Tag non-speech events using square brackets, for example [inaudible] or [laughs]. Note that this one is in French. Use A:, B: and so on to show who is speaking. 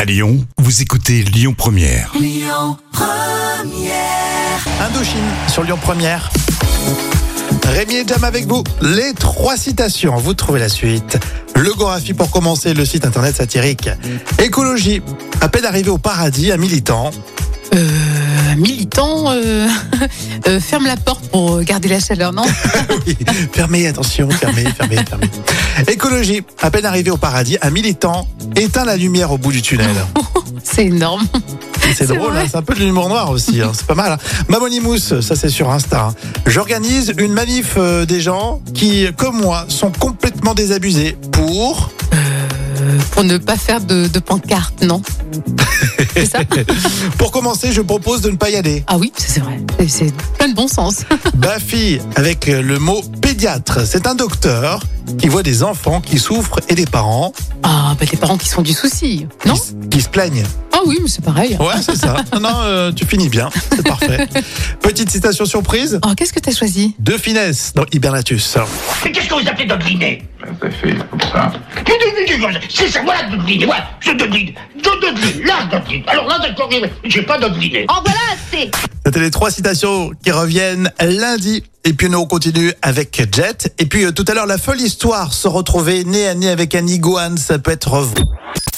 A: À Lyon, vous écoutez Lyon Première.
B: Indochine sur Lyon Première. Rémi et Jam avec vous. Les trois citations, vous trouvez la suite. Le Gorafi pour commencer, le site internet satirique. Écologie, à peine arrivé au paradis, un militant. [laughs]
C: Euh, militant euh, [laughs] euh, ferme la porte pour garder la chaleur, [laughs] non
B: Oui, fermez, attention, fermez, fermez, fermez. Écologie, à peine arrivé au paradis, un militant éteint la lumière au bout du tunnel.
C: C'est énorme.
B: C'est
C: C'est
B: drôle,
C: vrai.
B: hein, c'est un peu de l'humour noir aussi, hein, c'est pas mal. hein. Mamonimous, ça c'est sur Insta. hein. J'organise une manif euh, des gens qui, comme moi, sont complètement désabusés pour...
C: Pour ne pas faire de, de pancarte, non C'est ça
B: Pour commencer, je propose de ne pas y aller.
C: Ah oui, ça, c'est vrai. C'est- C'est plein de bon sens.
B: Bafi, avec euh, le mot pédiatre, c'est un docteur qui voit des enfants qui souffrent et des parents
C: Ah, bah, les parents qui sont du souci, non
B: qui, s- qui se plaignent.
C: Ah oui, mais c'est pareil.
B: Ouais, c'est ça. Non, non, euh, tu finis bien, c'est parfait. Petite citation surprise
C: Oh, qu'est-ce que t'as choisi
B: de finesse dans Hibernatus.
D: Mais qu'est-ce que vous appelez dodriner
E: Ça fait comme ça.
D: C'est ça, voilà dodriner, ouais, je dodrine, je dodrine, là je dodrine. Alors là d'accord, oui, oui, j'ai pas dodriné.
F: En voilà assez
B: C'était les trois citations qui reviennent lundi. Et puis nous, on continue avec Jet. Et puis euh, tout à l'heure, la folle histoire se retrouver nez à nez avec un iguane, ça peut être vous.